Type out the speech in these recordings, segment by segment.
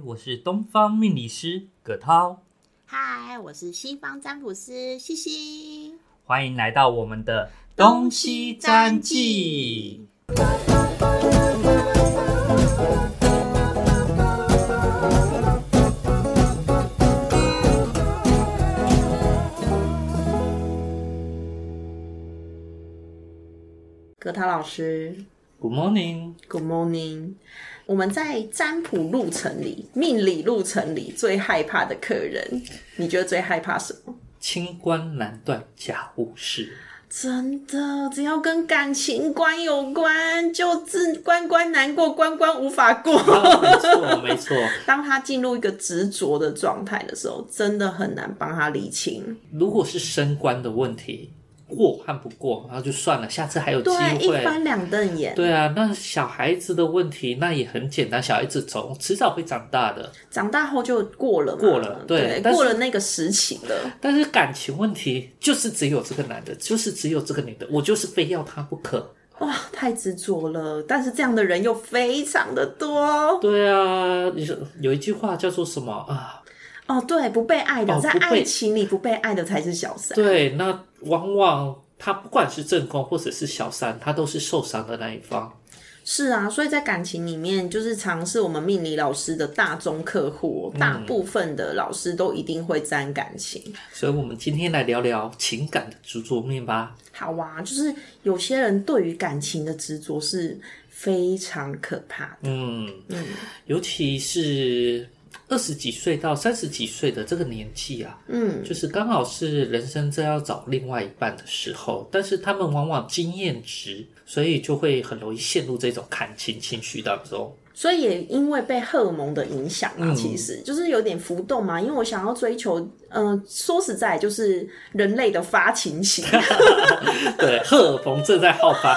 我是东方命理师葛涛，嗨，我是西方占卜师西西。欢迎来到我们的东西占记。葛涛老师 Good morning， ，Good morning。我们在占卜路程里、命理路程里最害怕的客人，你觉得最害怕什么？清官难断家务事。真的，只要跟感情观有关，就是关关难过，关关无法过。 啊没错，没错。当他进入一个执着的状态的时候，真的很难帮他理清。如果是升官的问题，过和不过，然后就算了，下次还有机对，一会。翻两瞪眼。对啊，那小孩子的问题那也很简单，小孩子总迟早会长大的。长大后就过了嘛，过了对对，但是过了那个时期了。但是感情问题就是只有这个男的，就是只有这个女的，我就是非要他不可。哇，太执着了。但是这样的人又非常的多对啊，你说有一句话叫做什么啊？哦。对，不被爱的，哦在不被爱情里不被爱的才是小三。对，那往往他不管是正宫或者是小三，他都是受伤的那一方。是啊，所以在感情里面，就是尝试我们命理老师的大宗客户嗯哦，大部分的老师都一定会沾感情。所以，我们今天来聊聊情感的执着面吧。好啊，就是有些人对于感情的执着是非常可怕的。嗯，尤其是二十几岁到三十几岁的这个年纪啊，嗯，就是刚好是人生正要找另外一半的时候，但是他们往往经验值，所以就会很容易陷入这种感情情绪当中。所以也因为被荷尔蒙的影响嗯啊，其实就是有点浮动嘛。因为我想要追求，嗯、说实在，就是人类的发情期。 对，荷尔蒙正在好发。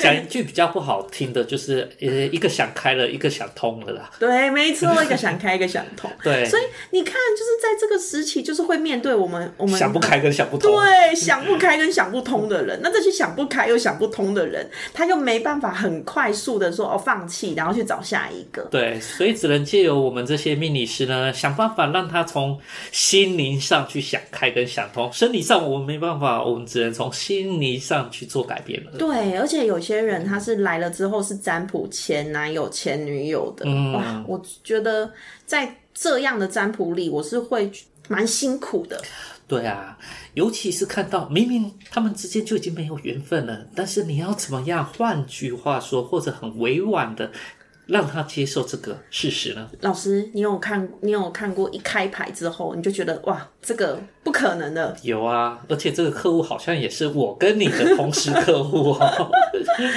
讲一句比较不好听的，就是呃，一个想开了，一个想通了啦。 对，没错，一个想开，一个想通。 对，所以你看，就是在这个时期，就是会面对我们我们想不开跟想不通。对，啊想不开跟想不通的人，那这些想不开又想不通的人，他又没办法很快速的说哦放弃，然后去找下一个。对，所以只能借由我们这些命理师呢，想办法让他从心灵上去想开跟想通。生理上我们没办法，我们只能从心灵上去做改变了。对，而且有些人他是来了之后是占卜前男友、前女友的，嗯哇，我觉得在这样的占卜里，我是会蛮辛苦的。对啊，尤其是看到明明他们之间就已经没有缘分了，但是你要怎么样？换句话说，或者很委婉的让他接受这个事实呢？老师，你有看你有看过一开牌之后，你就觉得哇，这个不可能的，有啊，而且这个客户好像也是我跟你的同时客户 哦。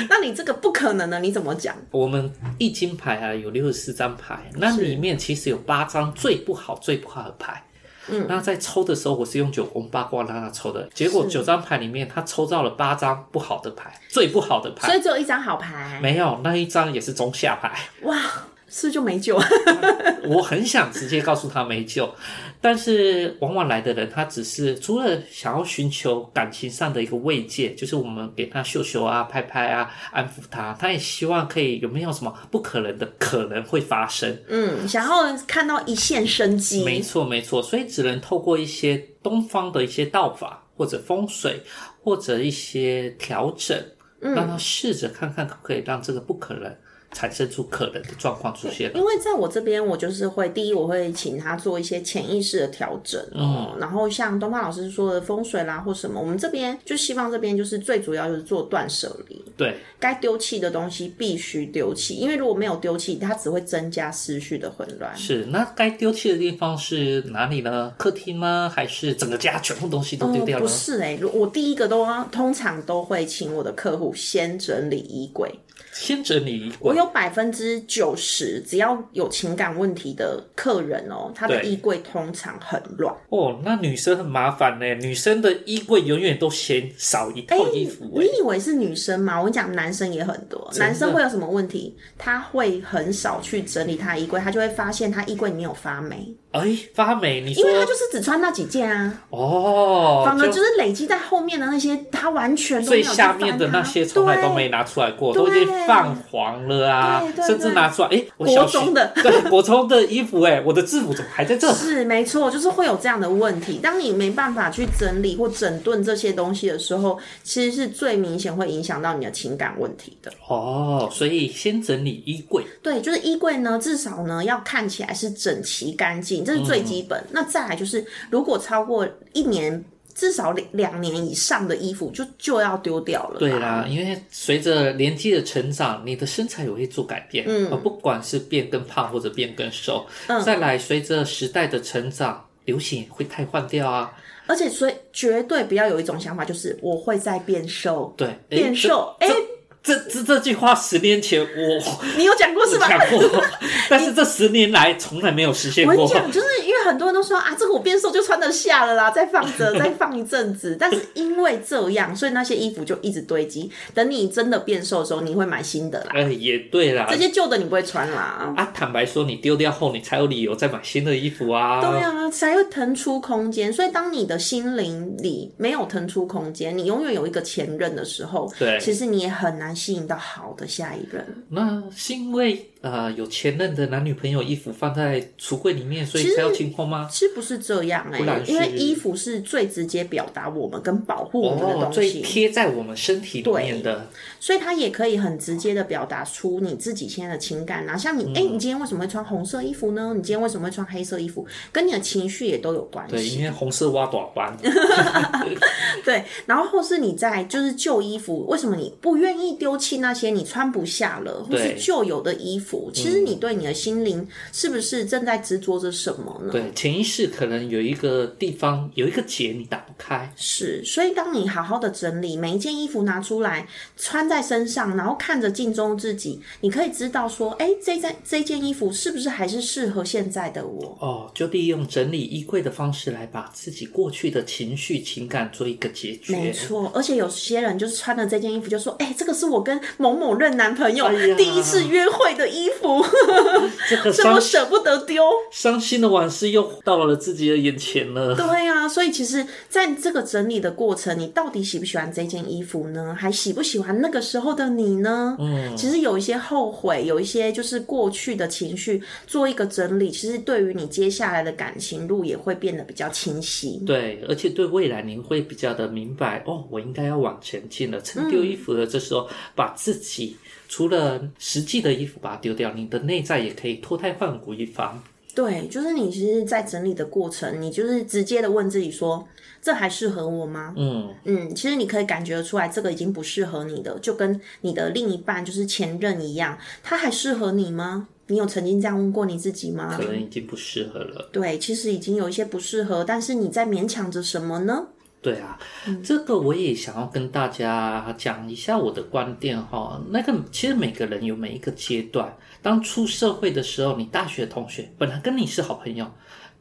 那你这个不可能的，你怎么讲？我们易经牌啊有六十四张牌，那里面其实有八张最不好、最不好的牌。嗯，那在抽的时候，我是用九宫八卦让他抽的，结果九张牌里面他抽到了八张不好的牌，最不好的所牌以只有一张好牌，没有，那一张也是中下牌。哇，是不是就没救？我很想直接告诉他没救，但是往往来的人，他只是除了想要寻求感情上的一个慰藉，就是我们给他秀秀啊、拍拍啊、安抚他，他也希望可以有没有什么不可能的可能会发生。嗯，想要看到一线生机，没错，没错，所以只能透过一些东方的一些道法，或者风水，或者一些调整，让他试着看看可不可以让这个不可能产生出可能的状况出现。因为在我这边，我就是会第一，我会请他做一些潜意识的调整嗯哦。然后像东方老师说的风水啦或什么，我们这边就西方这边就是最主要就是做断舍离，对，该丢弃的东西必须丢弃，因为如果没有丢弃，它只会增加思绪的混乱。是那该丢弃的地方是哪里呢？客厅吗？还是整个家全部东西都丢掉不了？是哎、如我第一个都通常都会请我的客户先整理衣柜，先整理衣我柜，有百分之九十只要有情感问题的客人哦、他的对衣柜通常很乱。哦，那女生很麻烦呢。女生的衣柜永远都嫌少一套衣服、欸你以为是女生吗？我们讲男生也很多，男生会有什么问题？他会很少去整理他的衣柜，他就会发现他衣柜里面有发霉，哎，发霉，你因为他说就是只穿那几件啊，哦，反而就就是累积在后面的那些，他完全都没最有去下面翻的它那些从来都对没拿出来过，对都已经泛黄了啊对，对甚至对拿出来，哎，我国小学中的对国中的衣服，哎，我的制服怎么还在这？是没错，就是会有这样的问题。当你没办法去整理或整顿这些东西的时候，其实是最明显会影响到你的情感问题的。哦，所以先整理衣柜，对，就是衣柜呢，至少呢要看起来是整齐干净，这是嗯最基本。那再来就是，如果超过一年。至少两两年以上的衣服就就要丢掉了。对啦，，因为随着年纪的成长，你的身材也会做改变，嗯，不管是变更胖或者变更瘦，嗯，再来随着时代的成长，流行也会太换掉啊，而且所以绝对不要有一种想法，就是我会再变瘦，对，诶变瘦。哎、这这这这句话十年前 我你有讲过是吧？讲 过，但是这十年来从来没有实现我跟你过。讲，就是因为很多人都说啊，这个我变瘦就穿得下了啦，再放着，再放一阵子。但是因为这样，所以那些衣服就一直堆积。等你真的变瘦的时候，你会买新的啦， 哎，也对啦这。些旧的你不会穿啦。啊，坦白说，你丢掉后，你才有理由再买新的衣服啊。对啊，才会腾出空间。所以，当你的心灵里没有腾出空间，你永远有一个前任的时候，对其实你也很难吸引到好的下一任。那是因为呃有前任的男女朋友衣服放在橱柜里面，所以才要清空吗？其实不是这样哎、不然是因为衣服是最直接表达我们跟保护我们的哦东，西。最贴在我们身体里面的，所以它也可以很直接的表达出你自己现在的情感啊，像你，嗯哎、你今天为什么会穿红色衣服呢？你今天为什么会穿黑色衣服？跟你的情绪也都有关对，系。因为红色挖短 斑，对，然后或是你在就是旧衣服，为什么你不愿意丢弃那些你穿不下了，或是对嗯旧有的衣服？其实你对你的心灵是不是正在执着着什么呢？对，潜意识可能有一个地方有一个结你打不开，是，所以当你好好的整理每一件衣服拿出来穿在身上，然后看着镜中自己，你可以知道说，哎，这件这件衣服是不是还是适合现在的我？哦，就利用整理衣柜的方式来把自己过去的情绪情感做一个解决，没错，而且有些人就是穿了这件衣服就说，哎，这个是我跟某某任男朋友哎呀第一次约会的衣服， 这个这伤我舍不得丢。伤心的往事又到了自己的眼前 了。对啊，所以其实在这个整理的过程，你到底喜不喜欢这件衣服呢？还喜不喜欢那个时候的你呢？嗯，其实有一些后悔，有一些就是过去的情绪，做一个整理，其实对于你接下来的感情路也会变得比较清晰。对，而且对未来你会比较的明白哦，我应该要往前进了。趁丢衣服的这时候，把自己除了实际的衣服把它丢掉，你的内在也可以脱胎换骨一番。对，就是你其实，在整理的过程，你就是直接的问自己说：这还适合我吗？嗯，嗯，其实你可以感觉得出来，这个已经不适合你的，就跟你的另一半就是前任一样，他还适合你吗？你有曾经这样问过你自己吗？可能已经不适合了。对，其实已经有一些不适合，但是你在勉强着什么呢？对啊，这个我也想要跟大家讲一下我的观点哈、那个其实每个人有每一个阶段，当出社会的时候，你大学同学本来跟你是好朋友，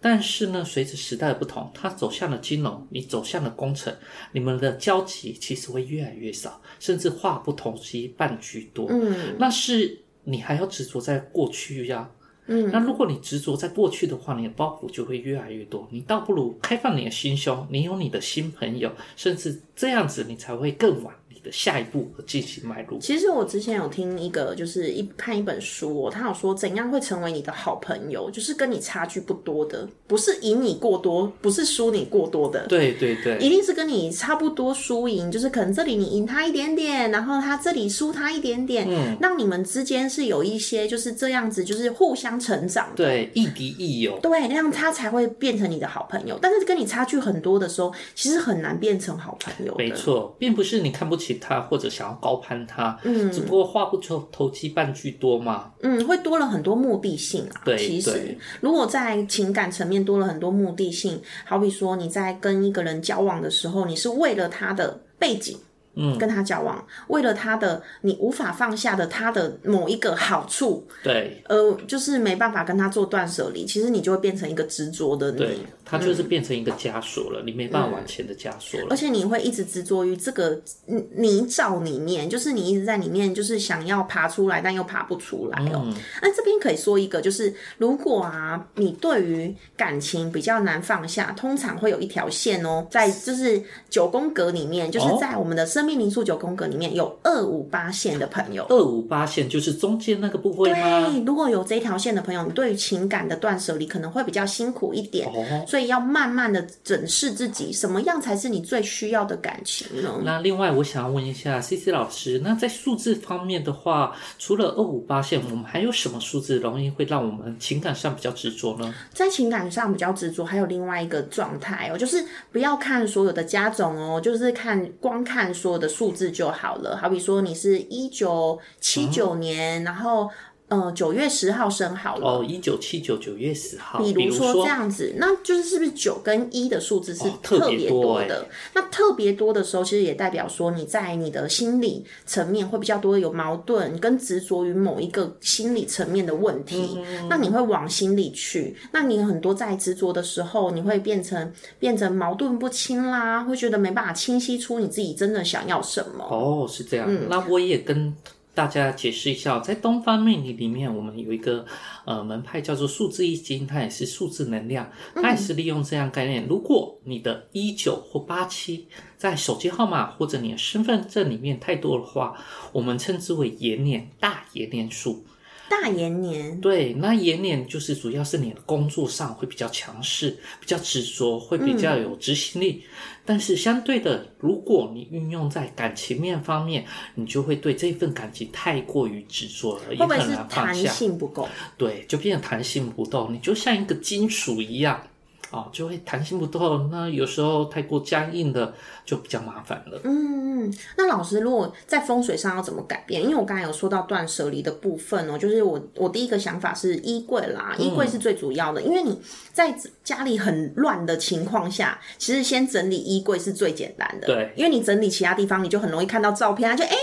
但是呢，随着时代的不同，他走向了金融，你走向了工程，你们的交集其实会越来越少，甚至话不投机半居多。嗯，那是你还要执着在过去呀、嗯，那如果你执着在过去的话，你的包袱就会越来越多。你倒不如开放你的心胸，你有你的新朋友，甚至这样子，你才会更往你的下一步进行迈入。其实我之前有听一个，就是一看一本书、哦，他有说怎样会成为你的好朋友，就是跟你差距不多的，不是赢你过多，不是输你过多的，对对对，一定是跟你差不多输赢，就是可能这里你赢他一点点，然后他这里输他一点点，嗯，让你们之间是有一些就是这样子，就是互相成长的。对，亦敌亦友。对，那样他才会变成你的好朋友。但是跟你差距很多的时候，其实很难变成好朋友的。没错，并不是你看不起他或者想要高攀他，嗯只不过话不投投机半句多嘛。嗯，会多了很多目的性啊。对其实对如果在情感层面多了很多目的性，好比说你在跟一个人交往的时候，你是为了他的背景。嗯，跟他交往，为了他的你无法放下的他的某一个好处，对呃，就是没办法跟他做断舍离，其实你就会变成一个执着的你。对，它就是变成一个枷锁了，你没办法往前的枷锁了而。且你会一直执着于这个泥泥沼里面，就是你一直在里面，就是想要爬出来，但又爬不出来嗯哦。那、这边可以说一个，就是如果啊，你对于感情比较难放下，通常会有一条线哦，在就是九宫格里面，就是哦在我们的生命灵数九宫格里面有二五八线的朋友。二五八线就是中间那个部位吗？对，如果有这条线的朋友，你对于情感的断舍离可能会比较辛苦一点，哦，所以要慢慢的整视自己，什么样才是你最需要的感情呢？那另外我想要问一下 C C 老师，那在数字方面的话，除了二五八线，我们还有什么数字容易会让我们情感上比较执着呢？在情感上比较执着，还有另外一个状态哦，就是不要看所有的加总哦，就是看光看所有的数字就好了。好比说你是一九七九年，然后呃九月十号生好了。哦，一九七九九月十号，比比如如说这样子，那就是是不是九跟一的数字是哦特特别别多多的？那特别多的时候，其实也代表说你在你的心理层面会比较多有矛盾，跟执着于某一个心理层面的问嗯题。那你会往心里去，那你很多在执着的时候，你会变成变成矛盾不清啦，会觉得没办法清晰出你自己真的想要什么。哦，是这样。那我也跟大家解释一下，在东方命理里面，我们有一个呃门派叫做数字易经，它也是数字能量，它也是利用这样概念。如果你的一九或八七在手机号码或者你的身份证里面太多的话，我们称之为延年大延年数。大延年，对，那延年就是主要是你的工作上会比较强势，比较执着，会比嗯较有执行力。但是相对的，如果你运用在感情面方面，你就会对这份感情太过于执着了，也会不会很是难放弹下。性不够？对，就变得弹性不动，你就像一个金属一样。哦，就会弹性不动，那有时候太过僵硬的就比较麻烦了。嗯，嗯，那老师，如果在风水上要怎么改变？因为我刚才有说到断舍离的部分哦，就是我我第一个想法是衣柜啦，衣柜是最主要的，因为你在家里很乱的情况下，其实先整理衣柜是最简单的。对因为你整理其他地方，你就很容易看到照片啊，就哎、这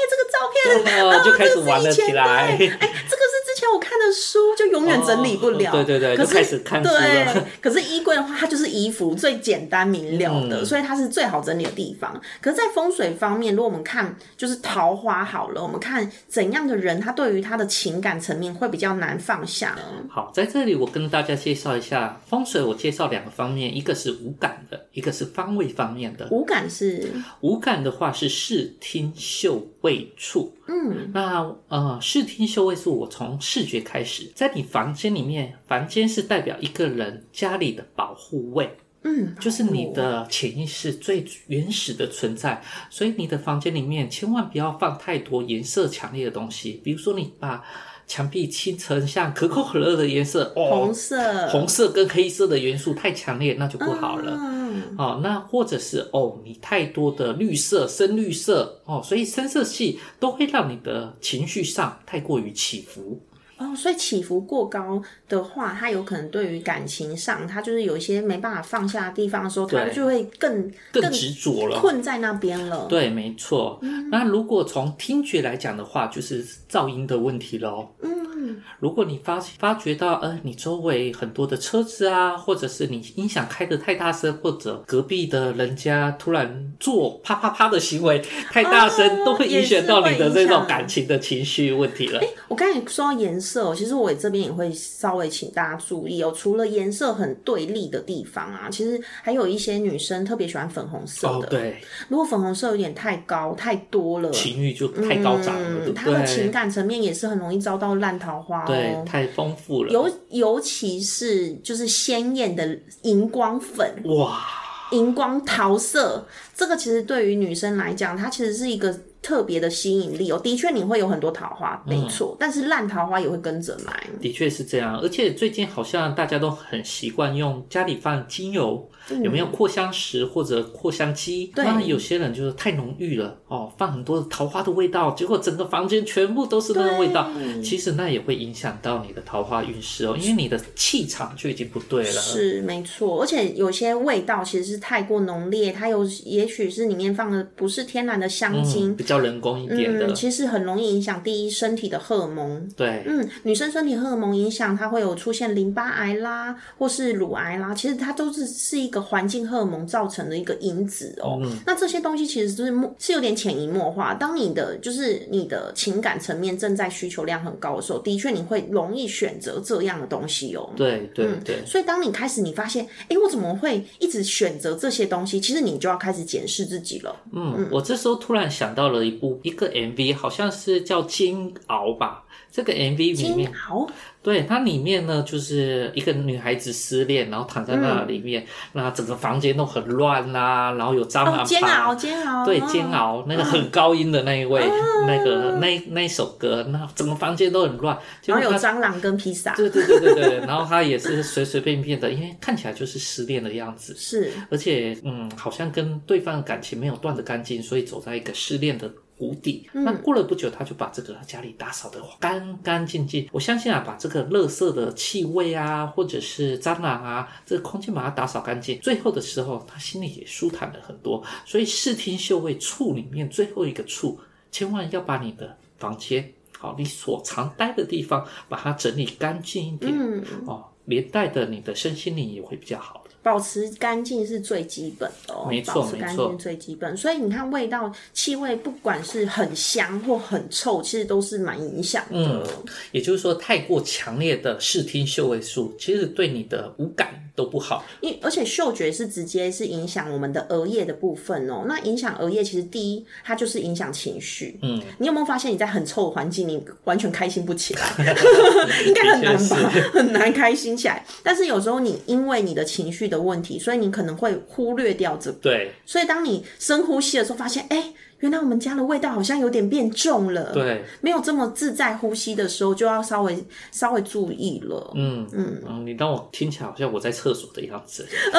个照片，哦， 就开始玩了起来。哎、这个是之前我看的书，就永远整理不了。哦对对对可就开始是看书了对，可是衣柜的话，它就是衣服最简单明了的，嗯所以它是最好整理的地方。可是，在风水方面，如果我们看就是桃花好了，我们看怎样的人，他对于他的情感层面会比较难放下呢？好，在这里我跟大家介绍一下风水。我介绍两个方面，一个是五感的，一个是方位方面的。五感是五感的话是视听嗅味触。嗯那呃，视听嗅味触，我从视觉开始，在你房间里面，房间是代表一个人家里的保护位，嗯，就是你的潜意识最原始的存在。所以你的房间里面千万不要放太多颜色强烈的东西，比如说你把墙壁漆成像可口可乐的颜色，哦红，色红色跟黑色的元素太强烈，那就不好了。嗯哦，那或者是哦，你太多的绿色、深绿色哦，所以深色系都会让你的情绪上太过于起伏。哦，所以起伏过高的话，他有可能对于感情上，他就是有一些没办法放下的地方的时候，他对就会更更执着了困嗯在那边了。对，没错。那如果从听觉来讲的话，就是噪音的问题喽。嗯，如果你发发觉到，呃，你周围很多的车子啊，或者是你音响开的太大声，或者隔壁的人家突然做啪啪啪的行为太大声，哦都会影响到你的也是会这影种响感情的情绪问题了。我刚才说到颜色哦，其实我这边也会稍微请大家注意哦。除了颜色很对立的地方啊，其实还有一些女生特别喜欢粉红色哦的。，对，如果粉红色有点太高太多了，情欲就太高涨了，对嗯，不她的情对？感层面也是很容易遭到烂桃花哦。对，太丰富了。尤尤其是就是鲜艳的荧光粉、哇，荧光桃色，这个其实对于女生来讲，它其实是一个特别的吸引力哦。的确，你会有很多桃花，没错，嗯但是烂桃花也会跟着来。的确是这样，而且最近好像大家都很习惯用家里放精油，有没有扩香石或者扩香机？嗯对那有些人就是太浓郁了哦，放很多桃花的味道，结果整个房间全部都是那个味道。其实那也会影响到你的桃花运势哦，因为你的气场就已经不对了。是没错，而且有些味道其实是太过浓烈，它有也许是里面放的不是天然的香精嗯，，比较人工一点的，嗯，其实很容易影响第一身体的荷尔蒙。对，嗯，女生身体荷尔蒙影响，它会有出现淋巴癌啦，或是乳癌啦，其实它都是是一个环境荷尔蒙造成的一个因子哦。嗯那这些东西其实就是默是有点潜移默化。当你的就是你的情感层面正在需求量很高的时候，的确你会容易选择这样的东西哦。对对对，所以，当你开始你发现，诶，我怎么会一直选择这些东西？其实你就要开始检视自己了。嗯，我这时候突然想到了一部一个 MV，好像是叫《煎熬》吧。这个 MV 里煎面，熬，对它里面呢，就是一个女孩子失恋，然后躺在那里面，那整个房间都很乱啦、然后有蟑哦，螂煎爬熬，哦煎熬，对，嗯煎熬那个很高音的那一位， 那个那那一首歌，那整个房间都很乱，结然果后有他，蟑螂跟披萨，对对对对对，然后他也是随随便便的，因为看起来就是失恋的样子，是而且嗯，好像跟对方的感情没有断得干净，所以走在一个失恋的。谷底，那过了不久，他就把这个家里打扫的干干净净。我相信啊，把这个垃圾的气味啊，或者是蟑螂啊，这个空间把它打扫干净，最后的时候，他心里也舒坦了很多。所以视听嗅味触里面最后一个触，千万要把你的房间，好，你所常待的地方，把它整理干净一点、嗯，哦，连带的你的身心灵也会比较好。保持干净是最基本的哦，没错保持干没错净最基本。所以你看，味道、气味，不管是很香或很臭，其实都是蛮影响嗯的。也就是说，太过强烈的视听嗅味素，其实对你的五感都不好。因而且嗅觉是直接是影响我们的额叶的部分哦。那影响额叶，其实第一，它就是影响情绪。嗯，你有没有发现你在很臭的环境，你完全开心不起来？ 应该很难吧的，很难开心起来。但是有时候你因为你的情绪的问题，所以你可能会忽略掉这个。对所以当你深呼吸的时候，发现哎、原来我们家的味道好像有点变重了。。对，没有这么自在呼吸的时候，就要稍微稍微注意了。嗯嗯你让我听起来好像我在厕所的样子。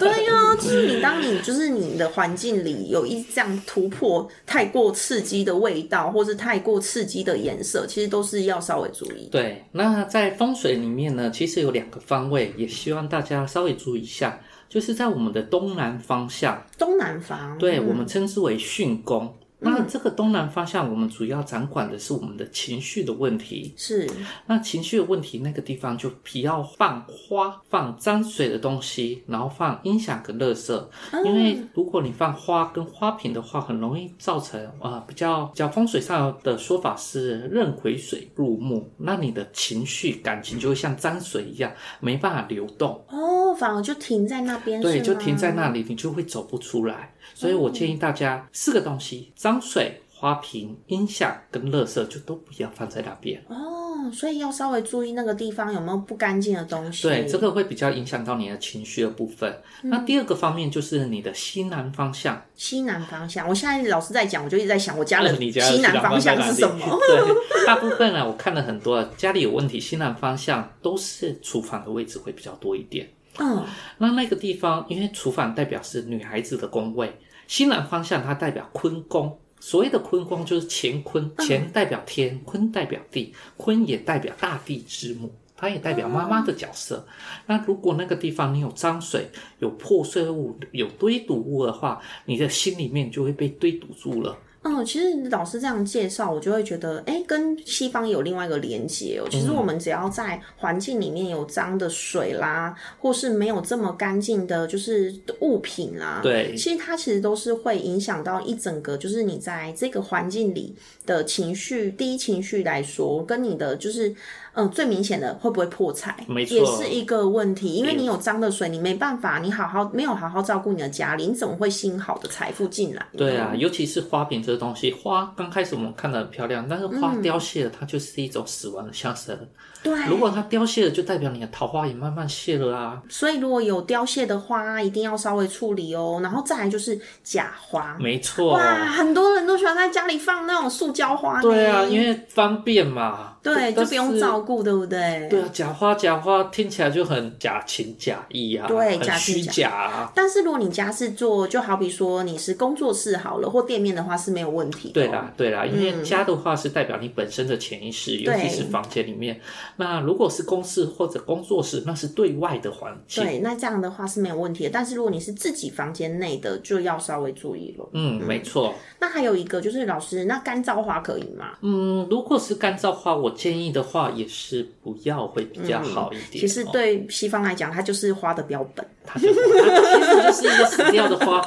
对呀、就是你当你就是你的环境里有一这样突破太过刺激的味道，或是太过刺激的颜色，其实都是要稍微注意。对，那在风水里面呢，其实有两个方位，也希望大家稍微注意一下，就是在我们的东南方向，东南方，对、嗯我们称之为巽宫。那这个东南方向，我们主要掌管的是我们的情绪的问题。是那情绪的问题，那个地方就不要放花、放沾水的东西，然后放音响跟垃圾，因为嗯如果你放花跟花瓶的话，很容易造成啊、呃比较比较风水上的说法是壬癸水入木，那你的情绪感情就会像沾水一样，没办法流动。哦，反而就停在那边，对，嗯是就吗停在那里，你就会走不出来。所以我建议大家四个东嗯西：脏水、花瓶、音响跟垃圾，就都不要放在那边。哦，所以要稍微注意那个地方有没有不干净的东西。对，这个会比较影响到你的情绪的部分。嗯那第二个方面就是你的西南方向，西南方向，我现在老师在讲，我就一直在想我家的 你家的西南方向在哪是里什么？？对，大部分啊呢，我看了很多家里有问题，西南方向都是厨房的位置会比较多一点。嗯，那那个地方，因为厨房代表是女孩子的宫位，西南方向它代表坤宫。所谓的坤宫就是乾坤，乾代表天，坤代表地，坤也代表大地之母，它也代表妈妈的角色。那如果那个地方你有脏水、有破碎物、有堆堵物的话，你的心里面就会被堆堵住了。嗯，其实老师这样介绍，我就会觉得，哎、跟西方有另外一个连接哦。其嗯实我们只要在环境里面有脏的水啦，或是没有这么干净的，就是物品啦，对其实它其实都是会影响到一整个，就是你在这个环境里的情绪，第一情绪来说，跟你的就是嗯，最明显的会不会破财，没错也是一个问题，因为你有脏的水，你没办法，你好好没有好好照顾你的家里，你怎么会吸引好的财富进来呢？对啊，尤其是花瓶这个东西，花刚开始我们看得很漂亮，但是花凋谢了，它就是一种死亡的象征。嗯对，如果它凋谢了，就代表你的桃花也慢慢谢了啊。所以如果有凋谢的花，一定要稍微处理哦。然后再来就是假花，没错，啊哇，很多人都喜欢在家里放那种塑胶花呢，对啊，因为方便嘛。对就但不用是照顾，对不对？对啊，假花假花听起来就很假情假意啊，对很假情虚假假啊。但是如果你家是做，就好比说你是工作室好了，或店面的话是没有问题的对哦、啦，对啦，因为家的话是代表你本身的潜意识，尤其是房间里面。那如果是公司或者工作室，那是对外的环境。对，那这样的话是没有问题的。但是如果你是自己房间内的，就要稍微注意了。嗯，没错。那还有一个就是，老师，那干燥花可以吗？嗯，如果是干燥花，我建议的话也是不要会比较好一点、嗯其实哦对西方来讲，它就是花的标本。它就它其实就是一个死掉的 花，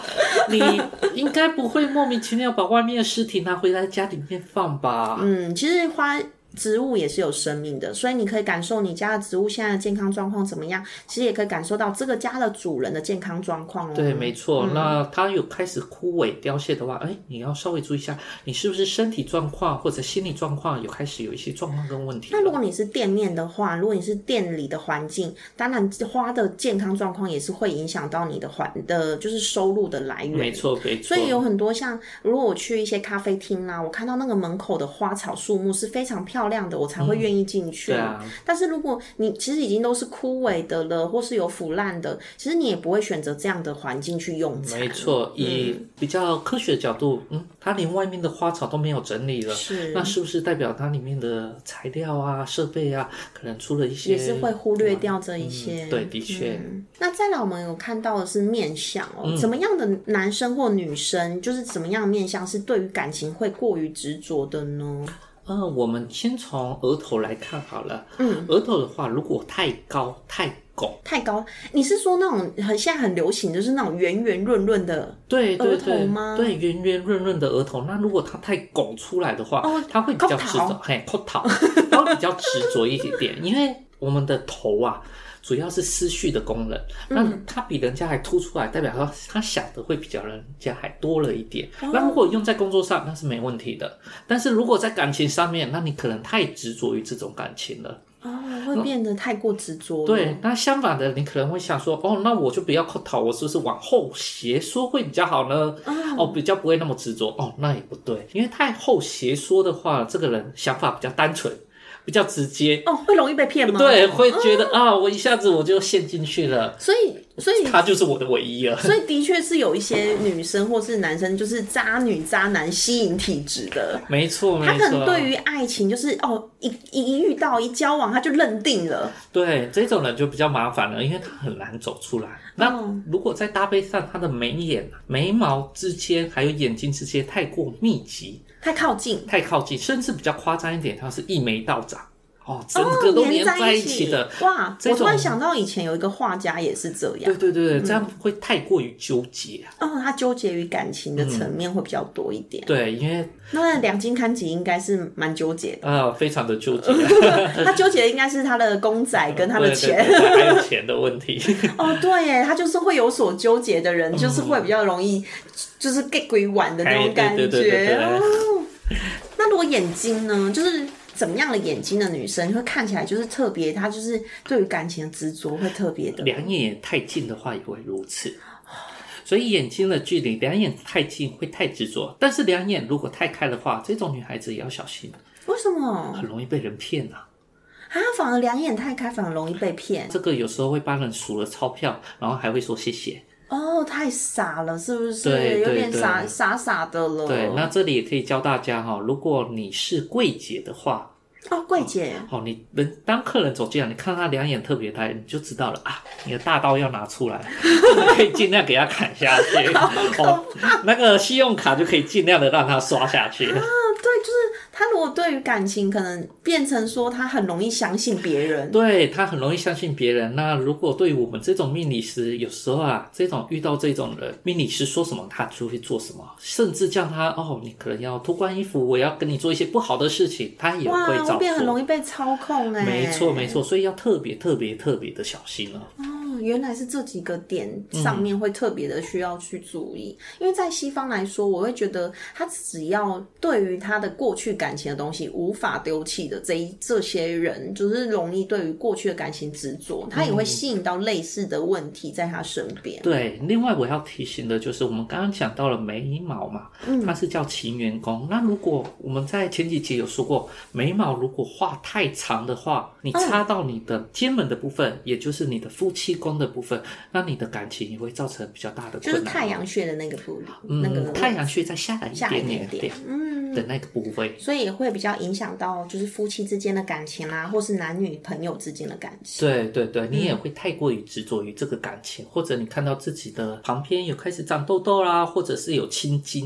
你应该不会莫名其妙把外面的尸体拿回来家里面放吧？嗯，其实花植物也是有生命的，所以你可以感受你家的植物现在的健康状况怎么样，其实也可以感受到这个家的主人的健康状况哦。对，没错。那它有开始枯萎凋谢的话，哎，你要稍微注意一下，你是不是身体状况或者心理状况有开始有一些状况跟问题了？那如果你是店面的话，如果你是店里的环境，当然花的健康状况也是会影响到你的环的，就是收入的来源。没错，没错。所以有很多像，如果我去一些咖啡厅啦、我看到那个门口的花草树木是非常漂亮的，我才会愿意进去。对啊但是如果你其实已经都是枯萎的了，或是有腐烂的，其实你也不会选择这样的环境去用餐。没错，以嗯比较科学的角度，嗯，它连外面的花草都没有整理了，是那是不是代表它里面的材料啊、设备啊，可能出了一些也是会忽略掉这一些。嗯嗯对，的确，嗯那再来，我们有看到的是面相哦，怎么样的男生或女生，就是怎么样的面相是对于感情会过于执着的呢？嗯、我们先从额头来看好了。嗯，额头的话，如果太高太拱，太高，你是说那种很现在很流行，就是那种圆圆润润的？对对额头对吗，对圆圆润润的额头，那如果它太拱出来的话，哦它会比较执扣着，嘿，扣 头，它会比较执着一点点，因为我们的头啊。主要是思绪的功能，嗯那它比人家还突出来，代表说它想的会比较人家还多了一点。哦那如果用在工作上，那是没问题的。但是如果在感情上面，那你可能太执着于这种感情了。哦，会变得太过执着。嗯对，，那相反的，你可能会想说，哦，那我就不要靠头，我是不是往后斜缩会比较好呢？嗯哦，比较不会那么执着。哦，那也不对，因为太后斜缩的话，这个人想法比较单纯，比较直接，哦，会容易被骗吗？，对，会觉嗯得啊，我一下子我就陷进去了，所以所以他就是我的唯一了。 所以的确是有一些女生或是男生，就是渣女渣男吸引体质的。没错，没他可错，能对于爱情就是哦，一一一遇到一交往他就认定了，对这种人就比较麻烦了，因为他很难走出来。嗯那如果再搭配上他的眉眼、眉毛之间还有眼睛之间太过密集，太靠近，太靠近，甚至比较夸张一点，它是一眉到长，哦，整个都哦连在在一起的。哇！这我突然种想到以前有一个画家也是这样对，对对，这样会太过于纠结啊。哦，他纠结于感情的层面会比较多一点。对，因为那两金刊吉应该是蛮纠结 的，呃，非常的纠结，他纠结的应该是他的公仔跟 他的对钱。对对对还有钱的问 题。哦，对耶，他就是会有所纠结的嗯人，就是会比较容易，就是 get 鬼玩的那哎种感对对对对觉。对哦，那如果眼睛呢，就是怎么样的眼睛的女生会看起来就是特别，她就是对于感情的执着会特别的。两眼太近的话也会如此。所以眼睛的距离，两眼太近会太执着，但是两眼如果太开的话，这种女孩子也要小心，为什么很容易被人骗啊。啊？反而两眼太开，反而容易被骗。这个有时候会帮人数了钞票，然后还会说谢谢。哦，太傻了，是不是？对对有点对傻傻傻的了。对，那这里也可以教大家哈、如果你是柜姐的话，哦，桂姐，哦，你人当客人走进来，你看他两眼特别呆，你就知道了啊，你的大刀要拿出来， 可以尽量给他砍下 去。 哦，那个信用卡就可以尽量的让他刷下去。对，就是他如果友对于感情可能变成说他很容易相信别人，对他很容易相信别人。那如果对于我们这种命理师，有时候啊，这种遇到这种人，命理师说什么他就会做什么，甚至叫他哦，你可能要脱光衣服，我要跟你做一些不好的事情，他也哇会，我照变很容做。易被操控哎、没错，没错，所以要特别特别特别的小心了、哦，原来是这几个点上面会特别的需要去注意，因为在西方来说，我会觉得他只要对于他的过去感情的东西无法丢弃的这一这些人，就是容易对于过去的感情执着，他也会吸引到类似的问题在他身边。对，另外我要提醒的就是，我们刚刚讲到了眉毛嘛，嗯它是叫情缘宫。那如果我们在前几集有说过，眉毛如果画太长的话，你嗯插到你的肩门的部分，也就是你的夫妻宫的部分，那你的感情也会造成比较大的就困是难。太阳穴的那个部分，那个嗯，太阳穴再下来一下一点点点嗯点，的那个部位。所以也会比较影响到就是夫妻之间的感情啦、或是男女朋友之间的感情。对对对，你也会太过于执着于这个感情，或者你看到自己的旁边有开始长痘痘啦，或者是有青筋，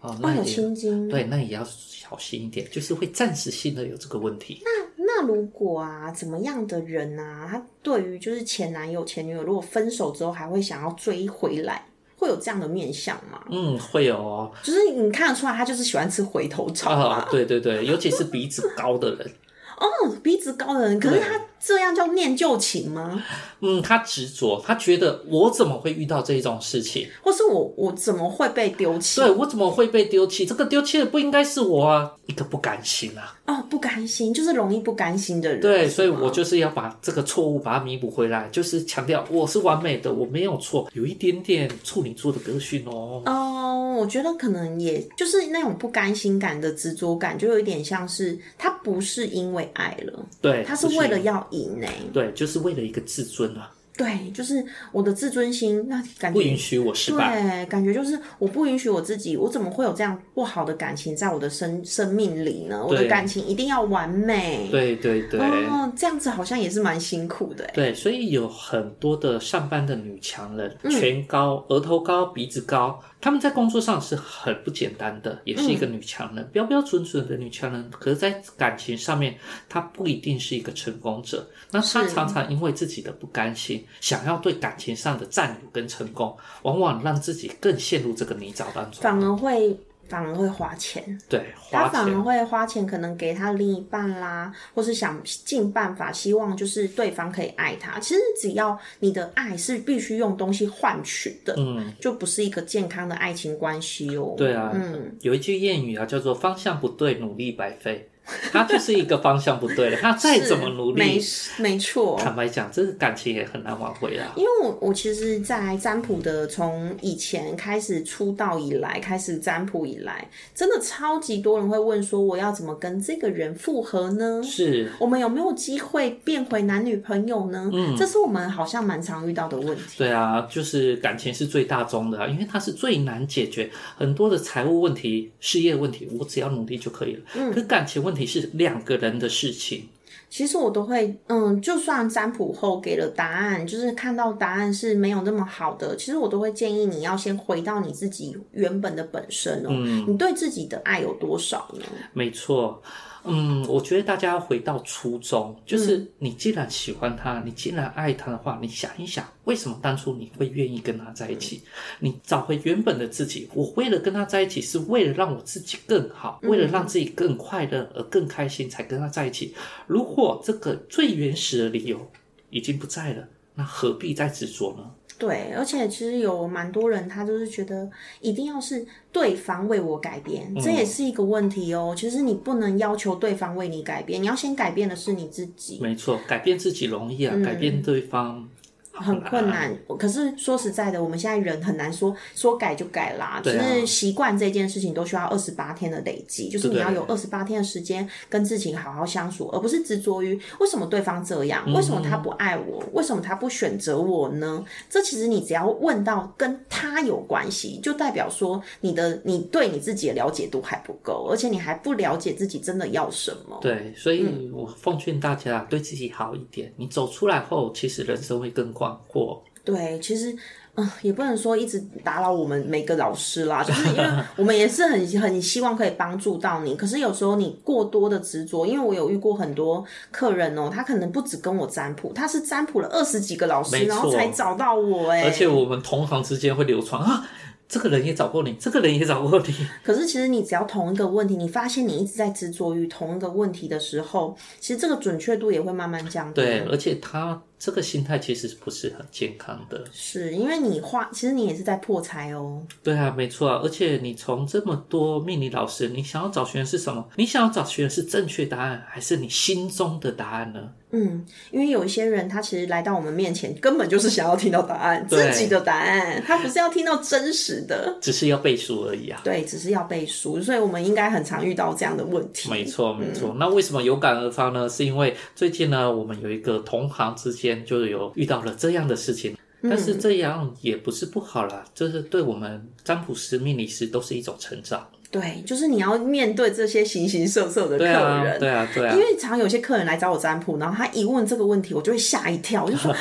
哦，哦，那有也青筋。对，那也要小心一点，就是会暂时性的有这个问题。那如果啊，怎么样的人啊，他对于就是前男友、前女友，如果分手之后还会想要追回来，会有这样的面相吗？嗯，会有哦。就是你看得出来，他就是喜欢吃回头草啊、嘛。对对对，尤其是鼻子高的人， 哦，鼻子高的人，可是他这样叫念旧情吗？嗯，他执着，他觉得我怎么会遇到这种事情？或是我我怎么会被丢弃？对我怎么会被丢弃？这个丢弃的不应该是我啊！一个不甘心啊，哦，不甘心，就是容易不甘心的人。对，所以是吗我就是要把这个错误把它弥补回来，就是强调我是完美的，我没有错，有一点点处女座的个性哦。哦，我觉得可能也就是那种不甘心感的执着感，就有一点像是他不是因为爱了，对，他是不为了要赢哎、对，就是为了一个自尊啊，对，就是我的自尊心，那感不允觉许我失败。对，感觉就是我不允许我自己，我怎么会有这样不好的感情在我的生生命里呢？我的对感情一定要完美。对对对。哦，这样子好像也是蛮辛苦的欸。对，所以有很多的上班的女强人，嗯颧高、额头高、鼻子高，她们在工作上是很不简单的，也是一嗯个女强人，标标准准的女强人。可是，在感情上面，她不一定是一个成功者。那她是常常因为自己的不甘心，想要对感情上的占有跟成功，往往让自己更陷入这个泥沼当中。反而会反而会花钱，对，他花反而钱。会花钱，可能给他另一半啦，或是想尽办法，希望就是对方可以爱他。其实只要你的爱是必须用东西换取的，嗯，就不是一个健康的爱情关系哦。对啊，嗯，有一句谚语啊，叫做“方向不对，努力白费”。她就是一个方向不对了，她再是怎么努没力，事没错。坦白讲，这个感情也很难挽回啊。因为我我其实，在占卜的从以前开始出道以来，开始占卜以来，真的超级多人会问说，我要怎么跟这个人复合呢？是，我们有没有机会变回男女朋友呢？嗯，这是我们好像蛮常遇到的问题。对啊，就是感情是最大宗的、啊，因为它是最难解决很多的财务问题、事业问题，我只要努力就可以了。嗯，可感情问题是两个人的事情。其实我都会，嗯，就算占卜后给了答案，就是看到答案是没有那么好的，其实我都会建议你要先回到你自己原本的本身哦。嗯你对自己的爱有多少呢？没错，嗯，我觉得大家要回到初衷，就是你既然喜欢他，你既然爱他的话，你想一想，为什么当初你会愿意跟他在一起？你找回原本的自己。我为了跟他在一起，是为了让我自己更好，为了让自己更快乐而更开心才跟他在一起。如果这个最原始的理由已经不在了，那何必再执着呢？对，而且其实有蛮多人，他就是觉得一定要是对方为我改变，这也是一个问题哦。其实你不能要求对方为你改变，你要先改变的是你自己。没错，改变自己容易啊，改变对方很困。难。可是说实在的，我们现在人很难说说改就改啦，就对啊是习惯这件事情都需要二十八天的累积，就是你对要有二十八天的时间跟自己好好相处，而不是执着于为什么对方这样，为什么嗯他不爱我，为什么他不选择我呢？这其实你只要问到跟他有关系，就代表说你的你对你自己的了解度还不够，而且你还不了解自己真的要什么。对，所以我奉劝大家对自己好一点。你走出来后，其实人生会更广阔，对，其实。嗯，也不能说一直打扰我们每个老师啦，就是 因为我们也是很很希望可以帮助到你。可是有时候你过多的执着，因为我有遇过很多客人哦、他可能不止跟我占卜，他是占卜了二十几个老师，没错然后才找到我哎、而且我们同行之间会流传啊，这个人也找过你，这个人也找过你，可是其实你只要同一个问题，你发现你一直在执着于同一个问题的时候，其实这个准确度也会慢慢降低。对，而且他这个心态其实不是很健康的。是因为你花，其实你也是在破财哦。对啊，没错啊，而且你从这么多命理老师，你想要找寻的是什么？你想要找寻的是正确答案，还是你心中的答案呢？嗯，因为有一些人他其实来到我们面前，根本就是想要听到答案，对自己的答案，他不是要听到真实的。只是要背书而已啊。对，只是要背书，所以我们应该很常遇到这样的问题。没错，嗯没错。那为什么有感而发呢？是因为最近呢，我们有一个同行之间就有遇到了这样的事情，嗯但是这样也不是不好啦，就是对我们占卜师、命理师都是一种成长。对，就是你要面对这些形形色色的客对啊人，，对啊，对啊因。为常有些客人来找我占卜，然后他一问这个问题，我就会吓一跳，我就说啊，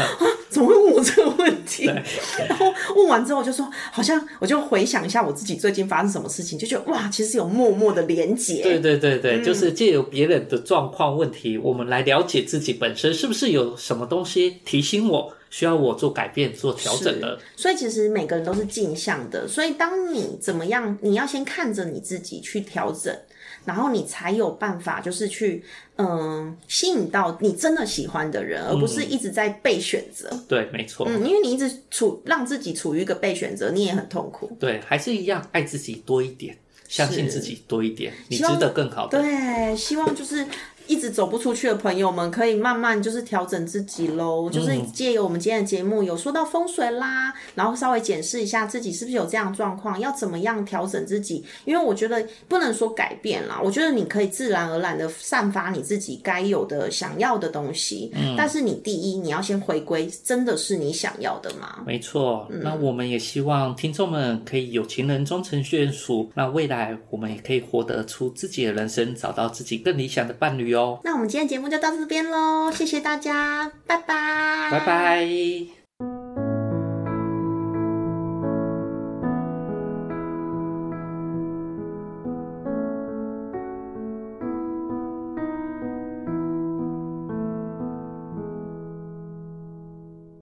怎么会问我这个问题？然后问完之后，我就说好像我就回想一下我自己最近发生什么事情，就觉得哇，其实有默默的连结。对对对对，嗯就是借由别人的状况问题，我们来了解自己本身是不是有什么东西提醒我，需要我做改变、做调整的。所以其实每个人都是镜像的，所以当你怎么样，你要先看着你自己去调整，然后你才有办法就是去嗯、吸引到你真的喜欢的人，而不是一直在被选择。对，没错。嗯，因为你一直处让自己处于一个被选择，你也很痛苦。对，还是一样，爱自己多一点，相信自己多一点，你值得更好的。对，希望就是一直走不出去的朋友们，可以慢慢就是调整自己喽。就是借由我们今天的节目，有说到风水啦，然后稍微检视一下自己是不是有这样的状况，要怎么样调整自己。因为我觉得不能说改变啦，我觉得你可以自然而然的散发你自己该有的想要的东西。但是你第一，你要先回归，真的是你想要的吗？没错，那我们也希望听众们可以有情人终成眷属。那未来我们也可以活得出自己的人生，找到自己更理想的伴侣哦。那我们今天节目就到这边喽，谢谢大家，拜拜，拜拜。